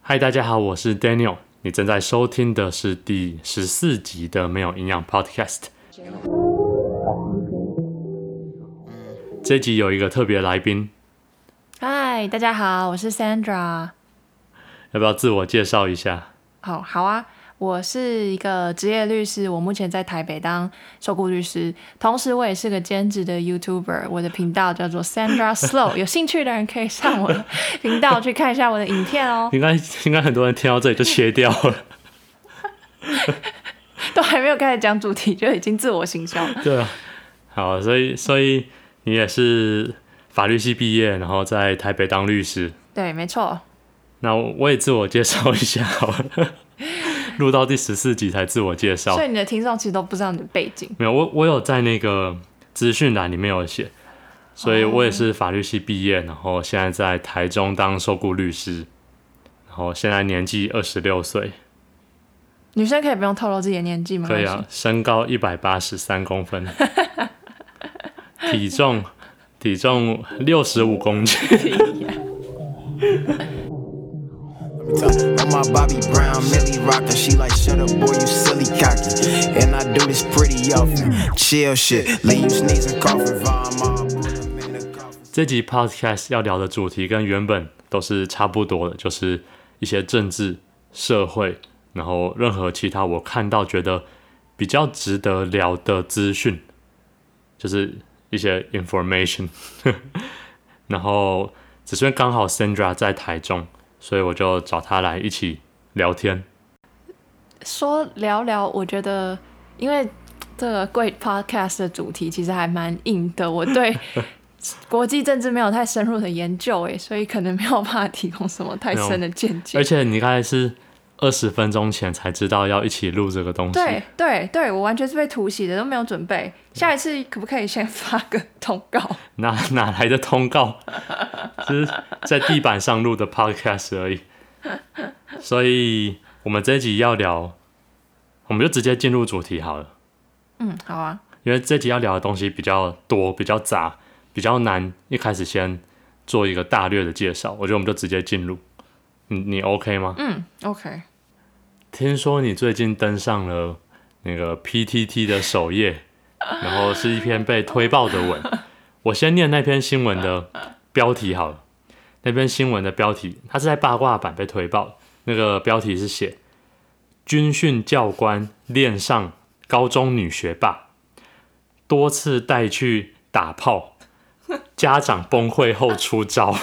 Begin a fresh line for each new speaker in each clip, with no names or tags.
嗨，大家好，我是 Daniel，你正在收听的是第十四集的没有营养 Podcast。这集有一个特别来宾，
嗨，大家好，我是 Sandra。
要不要自我介绍一下？
好，好啊，我是一个职业律师，我目前在台北当受雇律师，同时我也是个兼职的 YouTuber。我的频道叫做 Sandra Slow，有兴趣的人可以上我的频道去看一下我的影片哦。
应该应该很多人听到这里就切掉了。
都还没有开始讲主题，就已经自我行销了。
对啊，好，所以所以你也是法律系毕业，然后在台北当律师。
对，没错。
那我也自我介绍一下好了，录到第十四集才自我介绍
所。以你的听众其实都不知道你的背景。
没有，我我有在那个资讯栏里面有写，所以我也是法律系毕业，然后现在在台中当受雇律师，然后现在年纪二十六岁，
女生可以不用透露自己的年纪吗？
对呀、身高一百八十三公 分，体重体重六十五公斤。
I'm my Bobby Brown, Millie rockin'. She like, shut up, boy, you silly cocky. And I do this pretty often. Chill shit, leave you sneezing, coughing, vomit. Put 'em in the coffin.
这集 podcast 要聊的主题跟原本都是差不多的，就是一些政治、社会，然后任何其他我看到觉得比较值得聊的资讯，就是一些 information。然后只是因为刚好 Sandra 在台中，所以我就找她来一起聊天。
说聊聊，我觉得因为这个 Great Podcast 的主题其实还蛮硬的，我 对国际政治没有太深入的研究，诶，所以可能没有办法提供什么太深的见解
而。且你刚才是二十分钟前才知道要一起录这个东西，
对对对，我完全是被突袭的，都没有准备。下一次可不可以先发个通告？
哪 哪来的通告？ 只是在地板上录的 podcast 而已。所以，我们这一集要聊，我们就直接进入主题好了，
嗯，好啊，
因为这集要聊的东西比较多、比较杂、比较难，一开始先做一个大略的介绍。我觉得我们就直接进入，你你 OK 吗？
嗯，OK。
听说你最近登上了那个 PTT 的首页，然后是一篇被推爆的文。我先念那篇新闻的标题好了。那篇新闻的标题，它是在八卦版被推爆。那个标题是写“军训教官恋上高中女学霸，多次带去打炮，家长崩溃后出招”。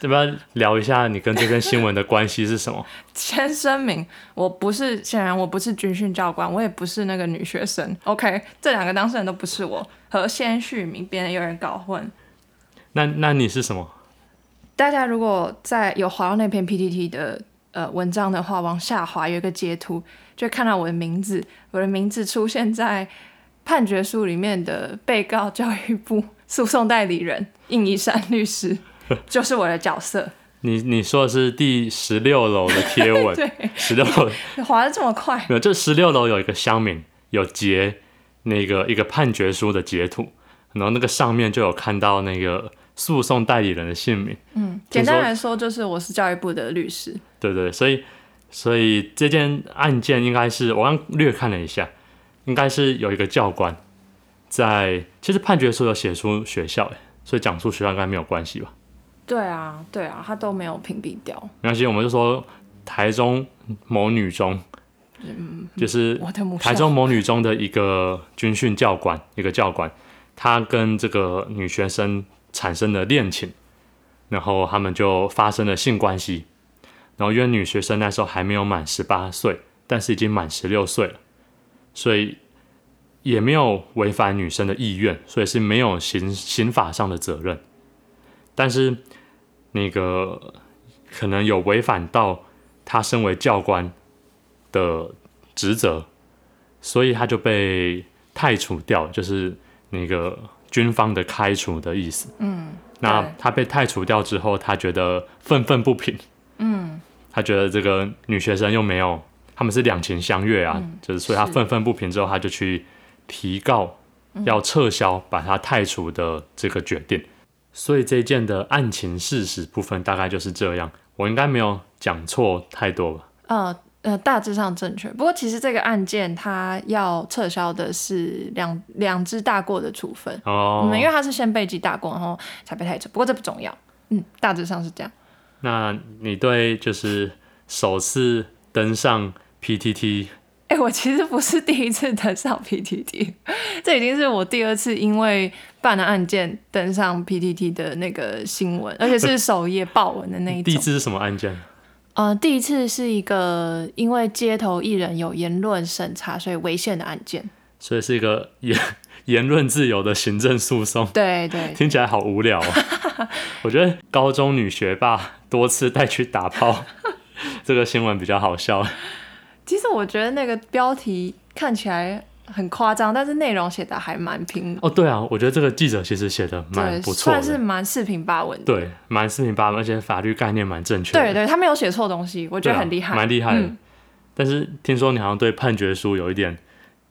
要不要聊一下你跟这篇新闻的关系是什么？
先声明，我不是，显然我不是军训教官，我也不是那个女学生。OK，这两个当事人都不是我，和先续名，别人有人搞混。
那那你是什么？
大家如果在有滑到那篇 PPT 的呃文章的话，往下滑有一个截图，就会看到我的名字，我的名字出现在判决书里面的被告教育部诉讼代理人应一山律 师，就是我的角色。
你你说的是第十六楼的贴文，
对，
十六楼
滑的这么 快，
没有，这十六楼有一个乡民有截那个一个判决书的截图，然后那个上面就有看到那个诉讼代理人的姓名，
简单来说就是我是教育部的律师。
对对，所以所以这件案件应该是我刚略看了一下，应该是有一个教官在，其实判决书有写出学校，诶所以讲出学校应该没有关系吧？
对啊，对啊，他都没有屏蔽掉
没关系，我们就说台中某女中，就是
嗯我的母校
台中某女中的一个军训教官，一个教官，他跟这个女学生产生了恋情，然后他们就发生了性关系，然后因为女学生那时候还没有满十八岁，但是已经满十六岁了，所以也没有违反女生的意愿，所以是没有刑刑法上的责任，但是那个可能有违反到他身为教官的职责，所以他就被汰除掉，就是那个军方的开除的意思。嗯，那
对
他被汰除掉之后，他觉得愤愤不平。嗯，他觉得这个女学生又没有，他们是两情相悦啊，就是所以他
是
愤愤不平之后，他就去提告要撤销把他汰除的这个决定。所以这一件的案情事实部分大概就是这样，我应该没有讲错太多吧？
呃呃，大致上正确。不过其实这个案件它要撤销的是两两只大过的处分，
哦，
嗯，因为它是先被记大过，然后才被开除。不过这不重要，嗯，大致上是这样。
那你对就是首次登上 PTT
哎、我其实不是第一次登上 PTT，这已经是我第二次因为办了案件登上 PTT 的那个新闻，而且 是首页爆文的那一
第一
种。
次是什么案件？
呃，第一次是一个因为街头艺人有言论审查，所以违宪的案件。
所以是一个言 言论自由的行政诉讼，
对 对，
听起来好无聊啊！ 我觉得高中女学霸多次带去打 炮，这个新闻比较好笑。
其实我觉得那个标题看起来很夸张，但是内容写的还蛮平，
哦，对啊，我觉得这个记者其实写的蛮
对，
不错
算是
的，
蛮四平八稳的。
对，蛮四平八稳，而且法律概念蛮正确的，
对对，他没有写错东西，我觉
对啊，
得很厉害，
蛮厉害的。
嗯
但是听说你好像对判决书有一点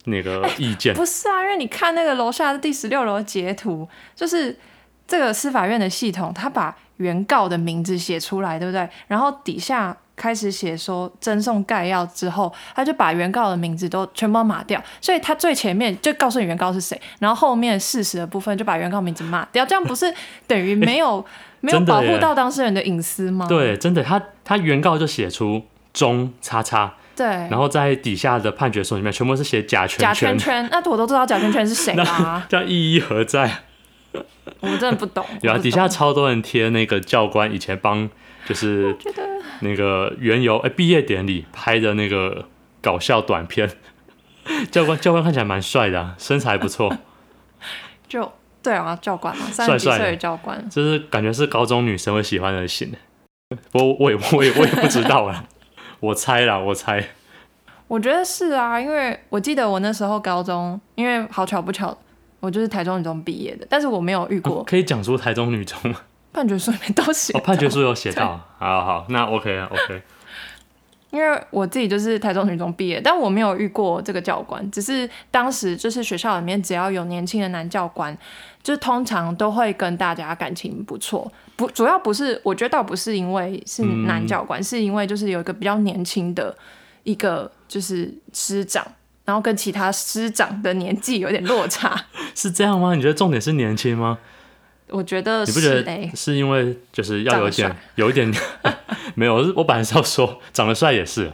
那 个意见，
不是啊，因为你看那个楼下第十六楼的截图，就是这个司法院的系统，他把原告的名字写出来，对不对？然后底下开始写说赠送概要之后，他就把原告的名字都全部码掉，所以他最前面就告诉你原告是谁，然后后面事实的部分就把原告名字码掉，这样不是等于没有 没有
真的
保护
耶
到当事人的隐私吗？
对，真的，他他原告就写出中叉叉，
对，
然后在底下的判决书里面全部是写甲
假
圈
圈 圈，那我都知道假圈圈是谁啦，
这样意义何在？
我真的不懂。
有啊，
我不
底下
懂
超多人贴那个教官以前 帮就是那个原由哎毕业典礼拍的那个搞笑短片， 教官教官看起来蛮帅的、啊，身材不 错，
就对啊，教官嘛，三十几
帅
岁
的
的教官，
就是感觉是高中女生会喜欢的型。不过我也我也我也不知道啦， 我猜啦，我猜。
我觉得是啊，因为我记得我那时候高中，因为好巧不巧，我就是台中女中毕业的，但是我没有 遇过、
可以讲出台中女中吗？
判决书里面 都写、
哦，判决，书有写到，好好，那 OK 啊 OK，
因为我自己就是台中女中毕业，但我没有遇过这个教官，只是当时就是学校里面只要有年轻的男教官，就是通常都会跟大家感情不错，不主要不是，我觉得倒不是因为是
嗯
男教官，是因为就是有一个比较年轻的一个就是师长。然后跟其他师长的年纪有点落差，
是这样吗？你觉得重点是年轻吗？
我觉得
你不觉
是
得
欸
是因为就是要有一
长
点
得
有一点没有？我本来是要 说长得帅也是，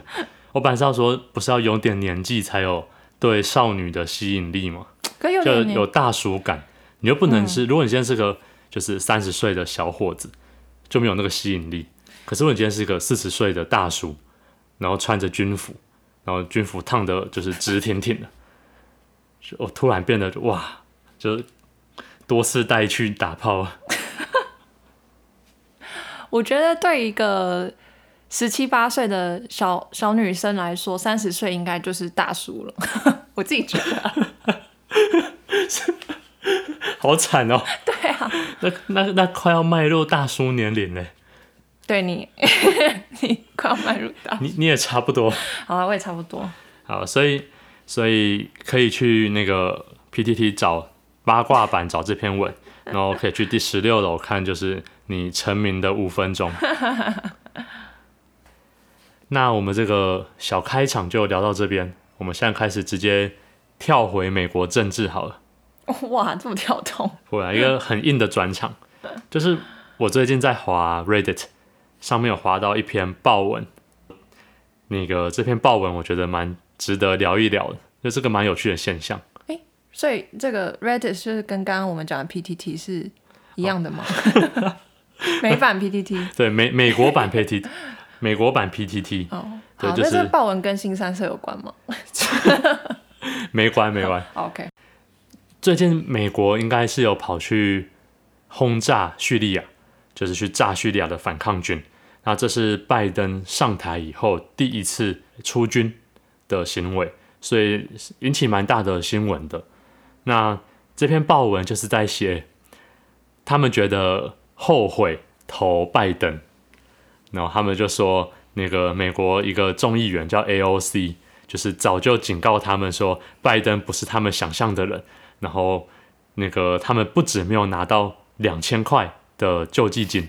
我本来是要说不是要有点年纪才有对少女的吸引力吗？
可嗯 有
就
点
有大叔感，你又不能是，如果你现在是个就是三十岁的小伙子，就没有那个吸引力。可是如果你今天是一个四十岁的大叔，然后穿着军服，然后军服烫的就是直挺挺的，就我突然变得哇，就是多次带去打炮，
我觉得对一个十七八岁的小小女生来说，三十岁应该就是大叔了。 我自己觉得啊，
好惨哦！
对啊，
那那那快要迈入大叔年龄嘞，
对你， 你快要迈入大，
你你也差不多。
好了，我也差不多。
好，所以所以可以去那个 PTT 找八卦版找这篇文，然后可以去第十六楼看，就是你成名的五分钟。 那我们这个小开场就聊到这边，我们现在开始直接跳回美国政治好了，
哇，这么跳动，
我来一个很硬的转场，就是我最近在滑 Reddit 上面有滑到一篇爆文，那个这篇爆文我觉得蛮值得聊一聊的，就这个蛮有趣的现象。
所以这个 Reddit 就是跟刚刚我们讲的 PTT 是一样的吗？ 美版 PTT
对，美美国版 PTT，美国版 PTT
哦，
对
好，
就是
那这豹纹跟新三色有关吗
没关没关。
？OK，
最近美国应该是有跑去轰炸叙利亚，就是去炸叙利亚的反抗军。那这是拜登上台以后第一次出军的行为，所以引起蛮大的新闻的。那这篇报文就是在写他们觉得后悔投拜登，然后他们就说那个美国一个众议员叫 AOC，就是早就警告他们说拜登不是他们想象的人。然后那个他们不止没有拿到两千块的救济金，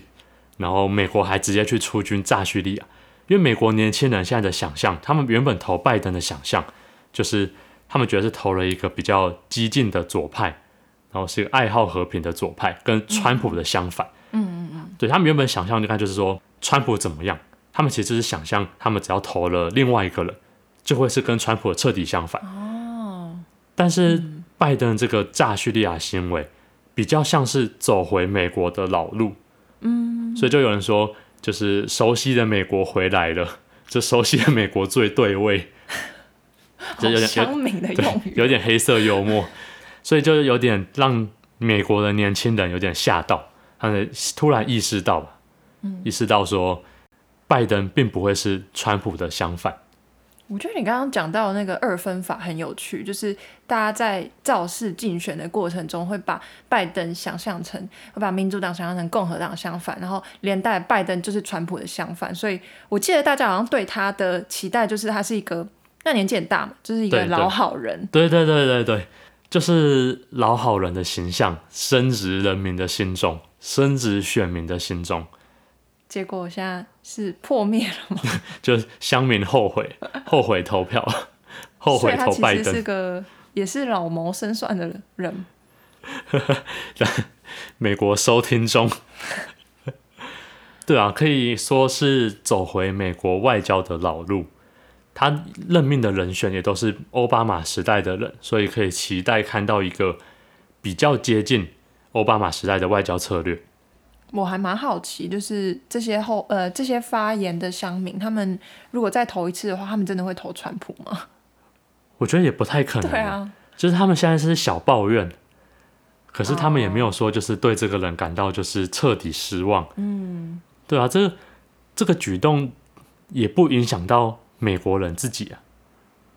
然后美国还直接去出军炸叙利亚，因为美国年轻人现在的想象，他们原本投拜登的想象就是他们觉得是投了一个比较激进的左派，然后是一个爱好和平的左派，跟川普的相反。嗯嗯嗯，对他们原本想象就看就是说川普怎么样，他们其实就是想象他们只要投了另外一个人，就会是跟川普的彻底相反。
哦，
但是拜登这个炸叙利亚行为，比较像是走回美国的老路，嗯，所以就有人说，就是熟悉的美国回来了，这熟悉的美国最对味，
好
这有点
乡民的
对
用语，
有点黑色幽 默，所以就是有点让美国的年轻人有点吓到，他们突然意识到吧，
嗯
意识到说拜登并不会是川普的相反，
我觉得你刚刚讲到那个二分法很有趣，就是大家在造势竞选的过程中，会把拜登想象成，会把民主党想象成共和党相反，然后连带拜登就是川普的相反。所以我记得大家好像对他的期待就是他是一个那年纪很大嘛，就是一个
对对
老好人。
对对对对对，就是老好人的形象深植人民的心中，深植选民的心中，
结果现在是破灭了嘛，
就是乡民后悔，后悔投 票，后
所
悔
以他
投
其
拜
实是
登。
个也是老谋深算的人。
美国收听中，对啊，可以说是走回美国外交的老路。他任命的人选也都是奥巴马时代的人，所以可以期待看到一个比较接近奥巴马时代的外交策略。
我还蛮好奇，就是这些后呃这些发言的乡民，他们如果再投一次的话，他们真的会投川普吗？
我觉得也不太可能。
对啊，
就是他们现在是小抱怨，可是他们也没有说就是对这个人感到就是彻底失望。嗯，
哦
对啊，这个这个举动也不影响到美国人自己啊，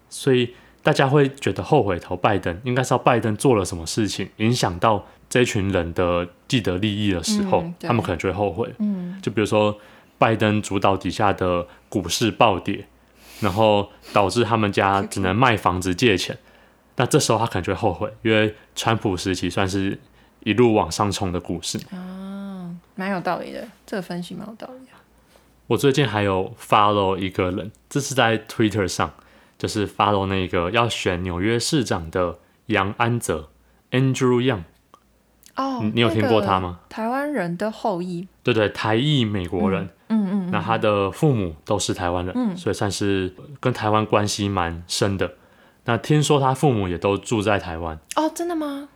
所以大家会觉得后悔投拜登，应该是要拜登做了什么事情影响到这群人的既得利益的时候，
嗯对
他们可能就会后悔。
嗯，
就比如说拜登主导底下的股市暴跌，然后导致他们家只能卖房子借钱，那这时候他可能就会后悔，因为川普时期算是一路往上冲的股市。
哦蛮有道理的，这个分析蛮有道理的。
我最近还有 follow 一个人，这是在 Twitter 上，就是 follow 那个要选纽约市长的杨安泽 Andrew Yang，
哦，
嗯你你有听过他吗？
台湾人的后裔，
对对，台裔美国人，
嗯嗯
那他的父母都是台湾人，
嗯
所以算是跟台湾关系蛮深的。那听说他父母也都住在台湾，
哦，真的吗？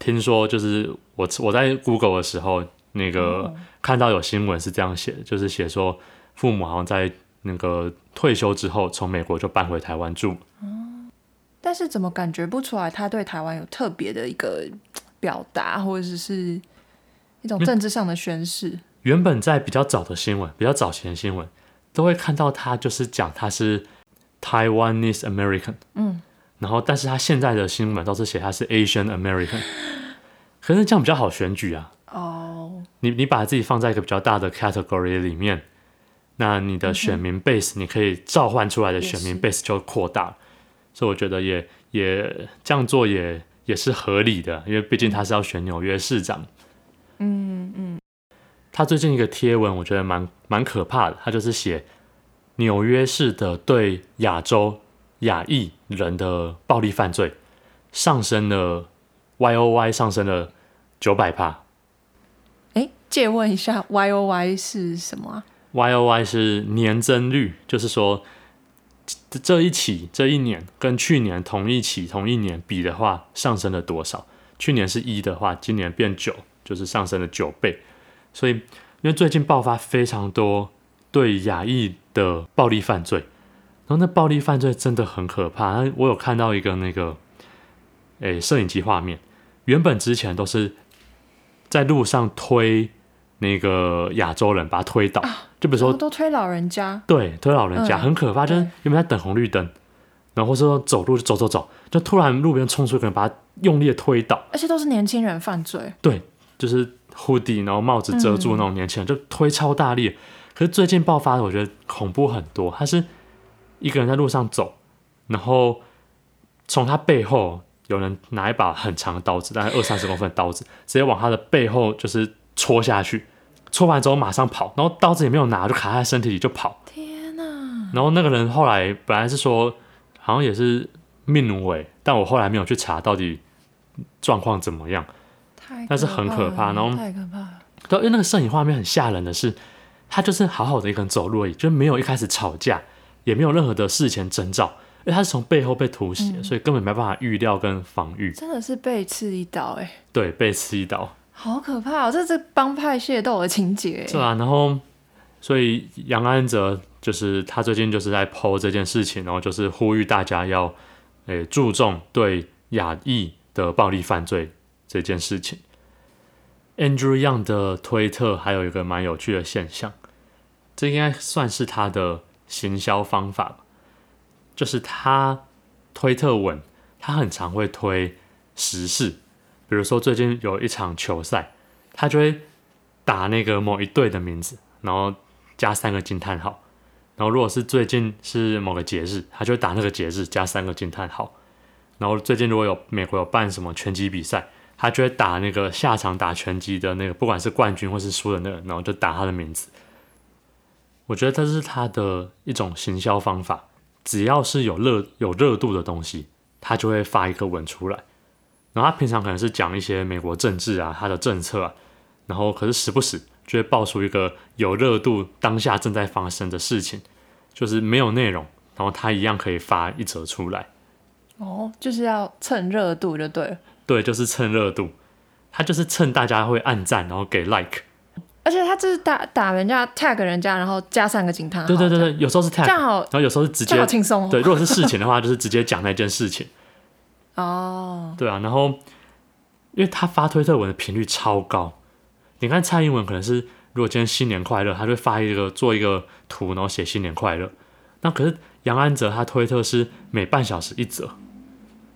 听说就是我我在 Google 的时候，那个看到有新闻是这样写的，就是写说父母好像在那个退休之后，从美国就搬回台湾住。
但是怎么感觉不出来他对台湾有特别的一个嘖表达，或者是一种政治上的宣示？
原本在比较早的新闻，比较早前的新闻，都会看到他就是讲他是 Taiwanese American，
嗯，
然后但是他现在的新闻都是写他是 Asian American，可是这样比较好选举啊。
哦，
你你把自己放在一个比较大的 category 里面，那你的选民 base、你可以召唤出来的选民
嗯也
base 就扩大了，所以我觉得也也这样做也也是合理的，因为毕竟他是要选纽约市长。
嗯嗯，
他最近一个贴文，我觉得蛮蛮可怕的，他就是写纽约市的对亚洲亚裔人的暴力犯罪上升了 Y O Y 上升了九百趴
哎，借问一下，Y O Y 是什么啊？
，Y O Y 是年增率，就是说这这一起这一年跟去年同一起同一年比的话，上升了多少？去年是一的话，今年变九，就是上升了九倍。所以，因为最近爆发非常多对亚裔的暴力犯罪，然后那暴力犯罪真的很可怕。那我有看到一个那个，诶，摄影机画面，原本之前都是在路上推那个亚洲人，把他推倒，就比如
我
说
都推老人家，
对，推老人家、
嗯
很可怕，就是
对
原本在等红绿灯，然后或者说走路就走走走，就突然路边冲出一个人，把他用力的推倒，
而且都是年轻人犯罪。
对，就是 hoodie，然后帽子遮住那种年轻人，就推超大力。可是最近爆发的，我觉得恐怖很多。他是一个人在路上走，然后从他背后有人拿一把很长的刀子，大概二三十公分的刀子，直接往他的背后就是戳下去，戳完之后马上跑，然后刀子也没有拿，就卡在身体里就跑。
天哪！
然后那个人后来本来是说，好像也是命危，但我后来没有去查到底状况怎么样。
太
但是很可怕
了
然后
太可怕了。
对，因为那个摄影画面很吓人的是，他就是好好的一个人走路而已，就没有一开始吵架，也没有任何的事前征兆，因为他是从背后被突袭的，所以根本没办法预料跟防御。
真的是被刺一刀哎、
对，被刺一刀。
好可怕、哦！这是帮派械斗的情节、欸
对啊，然后所以杨安泽就是他最近就是在 PO 这件事情，然后就是呼吁大家要诶、注重对亚裔的暴力犯罪这件事情。Andrew Yang 的推特还有一个蛮有趣的现象，这应该算是他的行销方法吧，就是他推特文，他很常会推时事，比如说最近有一场球赛，他就会打那个某一队的名字，然后加三个惊叹号。然后如果是最近是某个节日，他就会打那个节日加三个惊叹号。然后最近如果有美国有办什么拳击比赛，他就会打那个下场打拳击的那个，不管是冠军或是输的那个，然后就打他的名字。我觉得这是他的一种行销方法，只要是有热有热度的东西，他就会发一个文出来。然后他平常可能是讲一些美国政治啊，他的政策啊，然后可是时不时就会爆出一个有热度、当下正在发生的事情，就是没有内容，然后他一样可以发一则出来。
哦，就是要趁热度就对了。
对，就是蹭热度，他就是趁大家会按赞，然后给 like。
而且他这是打打人家 tag 人家，然后加上个惊叹号。
对对对对，有时候是 tag，
哦这样
然
好
后有时候是直
这
接
样好轻松哦
对，如果是事情的话，就是直接讲那件事情。
哦，
对啊，然后因为他发推特文的频率超高，你看蔡英文可能是如果今天新年快乐，他就会发一个做一个图，然后写新年快乐。那可是杨安泽他推特是每半小时一则，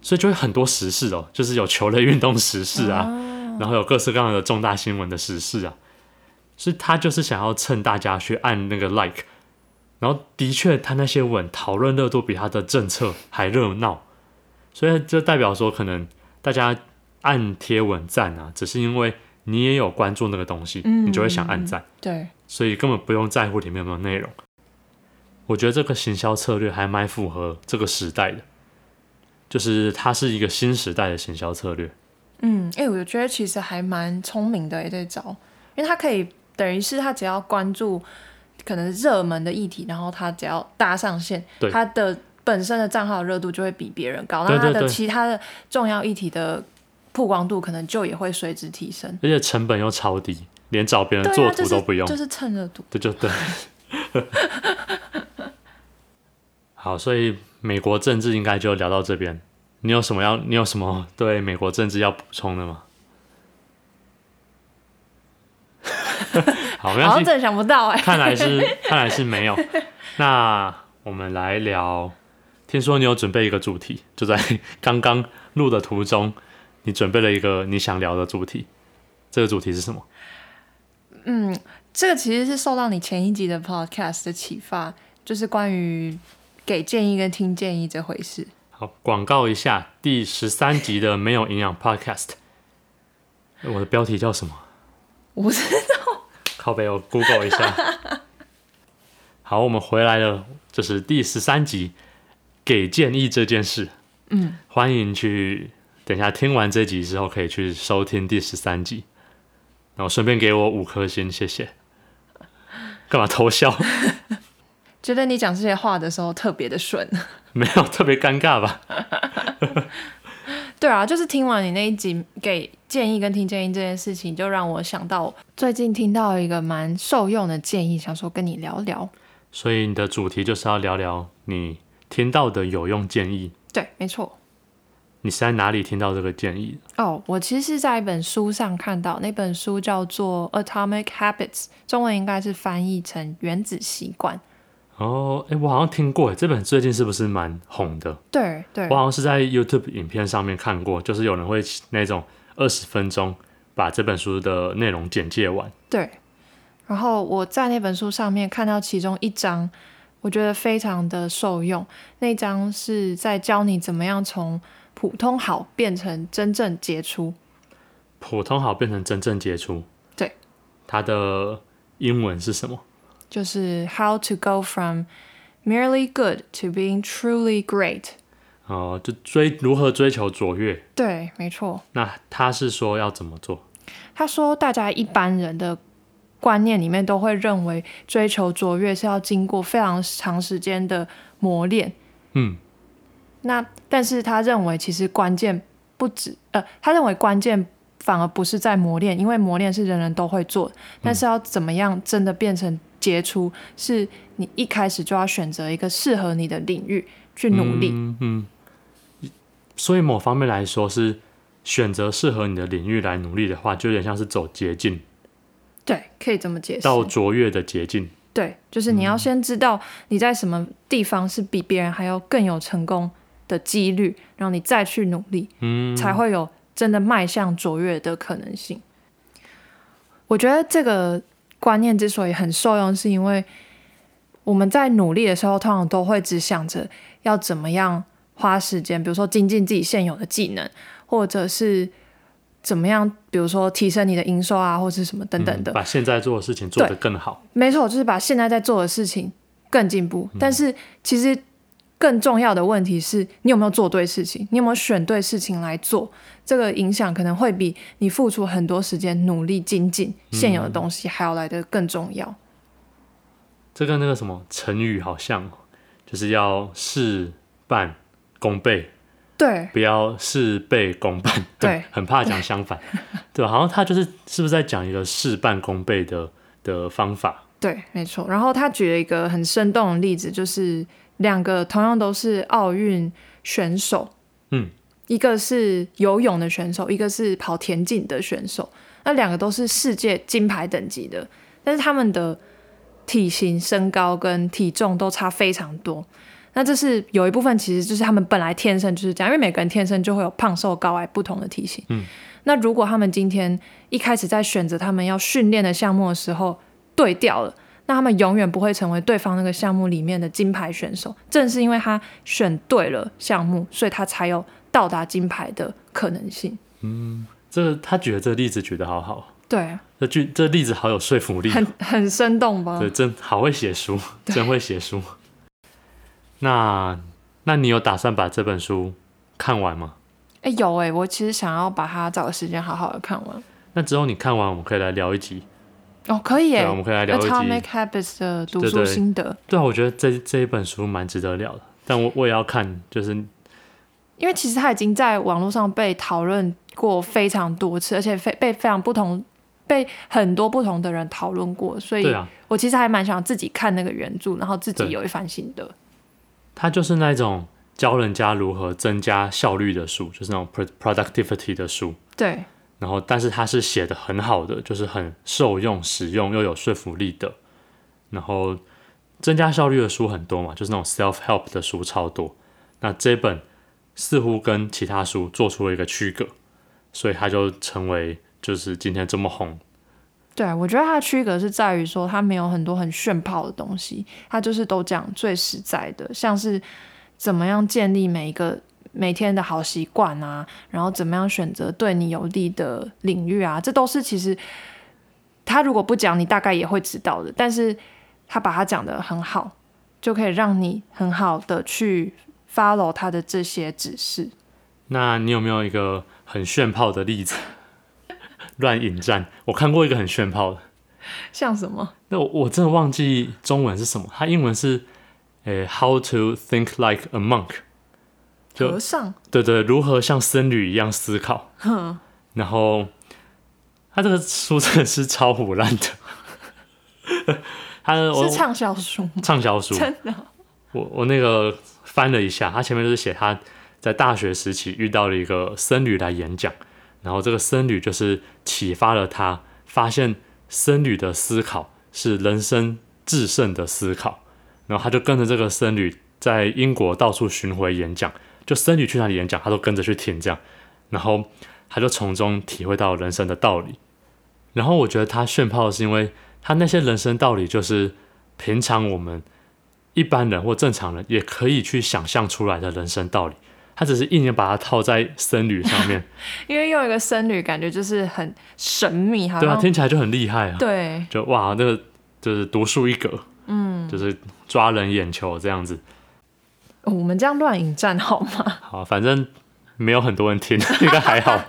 所以就会很多时事哦，就是有球类运动时事啊，然后有各式各样的重大新闻的时事啊，所以他就是想要趁大家去按那个 like。然后的确，他那些文讨论热度比他的政策还热闹，所以这代表说，可能大家按贴文赞啊，只是因为你也有关注那个东西，
嗯
你就会想按赞，
对，
所以根本不用在乎里面有没有内容。我觉得这个行销策略还蛮符合这个时代的，就是它是一个新时代的行销策略。
嗯，哎、我觉得其实还蛮聪明的诶这招，因为他可以等于是他只要关注可能热门的议题，然后他只要搭上线
对，
他的本身的账号热度就会比别人高，
对
那他
对
的
对
其他的重要议题的曝光度可能就也会随之提升。
而且成本又超低，连找别人
对
做
啊，就
图
是
都不用，
就是趁热度。
对就对。 好，所以美国政治应该就聊到这边。你有什么要？你有什么对美国政治要补充的吗？ 好，没关
好像
系
真，的想不到哎、
看来是看来是没有。那我们来聊，听说你有准备一个主题，就在 刚刚录的途中，你准备了一个你想聊的主题。这个主题是什么？
这个其实是受到你前一集的 podcast 的启发，就是关于给建议跟听建议这回事。
好，广告一下第十三集的没有营养 Podcast。我的标题叫什么？
我不知道，
靠背，我 Google 一下。 好，我们回来了，这是第十三集，给建议这件事。嗯，欢迎去等一下听完这集之后，可以去收听第十三集，然后顺便给我五颗星，谢谢。干嘛偷笑？
觉得你讲这些话的时候特别的顺。
没有特别尴尬吧？
对啊，就是听完你那一集给建议跟听建议这件事情，就让我想到最近听到一个蛮受用的建议，想说跟你聊聊。
所以你的主题就是要聊聊你听到的有用建议。
对，没错。
你是在哪里听到这个建议的？
哦，我其实是在一本书上看到，那本书叫做《Atomic Habits》，中文应该是翻译成《原子习惯》。
哦，哎，我好像听过，诶这本最近是不是蛮红的？
对对
我，好像是在 YouTube 影片上面看过，就是有人会那种二十分钟把这本书的内容简介完。
对，然后我在那本书上面看到其中一章，我觉得非常的受用。那章是在教你怎么样从普通好变成真正杰出。
普通好变成真正杰出，
对，
它的英文是什么？
就是 How to go from merely good to being truly great。
哦、就追如何追求卓越？
对，没错。
那他是说要怎么做？
他说，大家一般人的观念里面都会认为追求卓越是要经过非常长时间的磨练。
嗯，
那但是他认为，其实关键不止呃，他认为关键反而不是在磨练，因为磨练是人人都会做，但是要怎么样真的变成杰出，是你一开始就要选择一个适合你的领域去努力。
嗯嗯。所以某方面来说是选择适合你的领域来努力的话，就有点像是走捷径，
对，可以这么解释。
到卓越的捷径。
对，就是你要先知道你在什么地方是比别人还要更有成功的几率，然后你再去努力，
嗯，
才会有真的迈向卓越的可能性。我觉得这个观念之所以很受用，是因为我们在努力的时候，通常都会只想着要怎么样花时间，比如说精进自己现有的技能，或者是怎么样，比如说提升你的营收啊，或是什么等等的。
把现在做的事情做得
对
更好。
没错，就是把现在在做的事情更进步。但是其实更重要的问题是你有没有做对事情，你有没有选对事情来做，这个影响可能会比你付出很多时间努力精进现有的东西还要来得更重要。
这跟那个什么成语好像哦，就是要事半功倍，
对
不要事倍功半。
对
很怕讲相 反，对吧？好像他就是是不是在讲一个事半功倍的的方法？
对，没错。然后他举了一个很生动的例子，就是两个同样都是奥运选手，
嗯，
一个是游泳的选手，一个是跑田径的选手，那两个都是世界金牌等级的，但是他们的体型、身高跟体重都差非常多。那这是有一部分，其实就是他们本来天生就是这样，因为每个人天生就会有胖瘦高矮不同的体型。
嗯，
那如果他们今天一开始在选择他们要训练的项目的时候对调了，那他们永远不会成为对方那个项目里面的金牌选手。正是因为他选对了项目，所以他才有到达金牌的可能性。
这个他举的这个例子举得好好，
对，
这句这例子好有说服力，
很很生动吧？
对，真好会写 书，真会写书。那那你有打算把这本书看完吗？
哎、有哎、我其实想要把它找个时间好好的看完。
那之后你看完，我们可以来聊一集。
哦，可以耶、
对啊我们可以来聊一集
Atomic Habits 的读
对
书
对
心得，
对啊，我觉得这这一本书蛮值得聊的，但我我也要看，就是
因为其实它已经在网络上被讨论过非常多次，而且非被非常不同。被很多不同的人讨论过，所以
对啊，
我其实还蛮想自己看那个原著，然后自己
对
有一番心得。
它就是那种教人家如何增加效率的书，就是那种 pro- productivity 的书。
对，
然后，但是它是写的很好的，就是很受用、实用又有说服力的。然后，增加效率的书很多嘛，就是那种 self help 的书超多。那这本似乎跟其他书做出了一个区隔，所以它就成为就是今天这么红。
对，我觉得它的区隔是在于说，它没有很多很炫炮的东西，它就是都讲最实在的，像是怎么样建立每一个每天的好习惯啊，然后怎么样选择对你有利的领域啊，这都是其实他如果不讲，你大概也会知道的。但是他把它讲得很好，就可以让你很好的去 follow 他的这些指示。
那你有没有一个很炫炮的例子？ 乱引战，我看过一个很炫炮的。
像什么？
那我我真的忘记中文是什么，它英文是，诶、h o w to think like a monk，就
和尚？
对对，如何像僧侣一样思考。
哼，
然后，他这个书真的是超虎烂的， 他我
是畅销书吗？
畅销书，
真的哦？
我我那个翻了一下，他前面就是写他在大学时期遇到了一个僧侣来演讲，然后这个僧侣就是启发了他，发现僧侣的思考是人生至圣的思考，然后他就跟着这个僧侣在英国到处巡回演讲，就僧侣去哪里演讲，他都跟着去听这样，然后他就从中体会到人生的道理。然后我觉得他炫炮是因为他那些人生道理就是平常我们一般人或正常人也可以去想象出来的人生道理，他只是硬要把它套在僧侣上面，
因为用一个僧侣，感觉就是很神秘， 好
对啊，
像
听起来就很厉害啊，
对
就哇，那个就是独树一格，嗯，就是抓人眼球这样子。
哦我们这样乱引战好吗？
好，反正没有很多人听， 应该还好。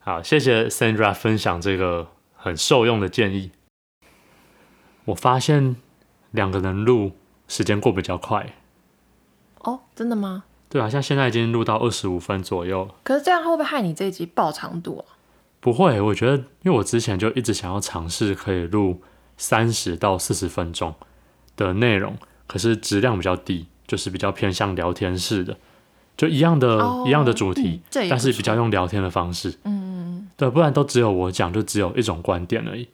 好，谢谢 Sandra 分享这个很受用的建议。我发现两个人录时间过比较快，
哦，真的吗？
对啊，像现在已经录到二十五分左右。
可是这样会不会害你这一集爆长度啊？
不会，我觉得，因为我之前就一直想要尝试可以录三十到四十分钟的内容，可是质量比较低，就是比较偏向聊天式的，就一样的、
哦
一样的主题
嗯，这也不
但是
错
比较用聊天的方式。嗯，对，不然都只有我讲，就只有一种观点而已。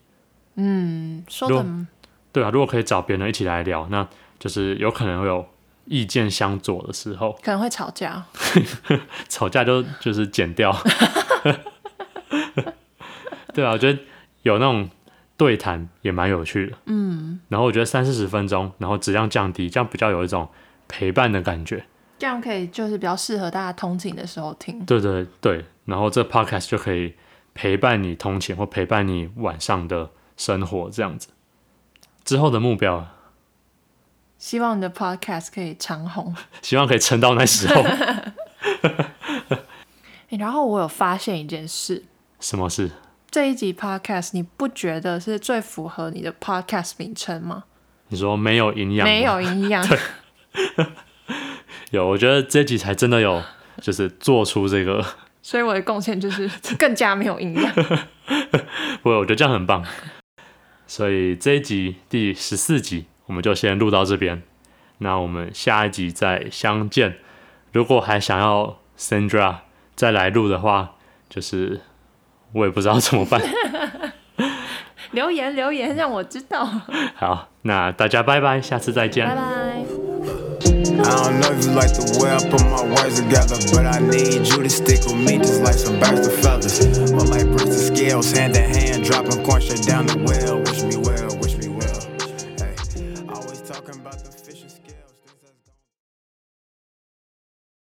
嗯，说
如
的
果对啊，如果可以找别人一起来聊，那就是有可能会有意见相左的时候，
可能会吵架。
吵架就就是剪掉。 对啊，我觉得有那种对谈也蛮有趣的。嗯，然后我觉得三四十分钟，然后质量降低，这样比较有一种陪伴的感觉。
这样可以，就是比较适合大家通勤的时候听。
对对对，然后这 podcast 就可以陪伴你通勤或陪伴你晚上的生活这样子。之后的目标，
希望你的 podcast 可以长红。
希望可以撑到那时 候。
诶然后我有发现一件事，
什么事？
这一集 podcast 你不觉得是最符合你的 podcast 名称吗？
你说没有营养？
没有营养，
有，我觉得这集才真的有，就是做出这个。
所以我的贡献就是更加没有营养。
不会，我觉得这样很棒。所以这一集第十四集我们就先录到这边，那我们下一集再相见。如果还想要 Sandra 再来录的话，就是我也不知道怎么 办。
留言留言，让我知道。
好，那大家拜拜，下次再见。
拜拜。
I don't know if you like the way I put my words together, but I need you to stick with me just like some birds of feathers. Or like bricks and scales, hand in hand, dropping corn straight down the well.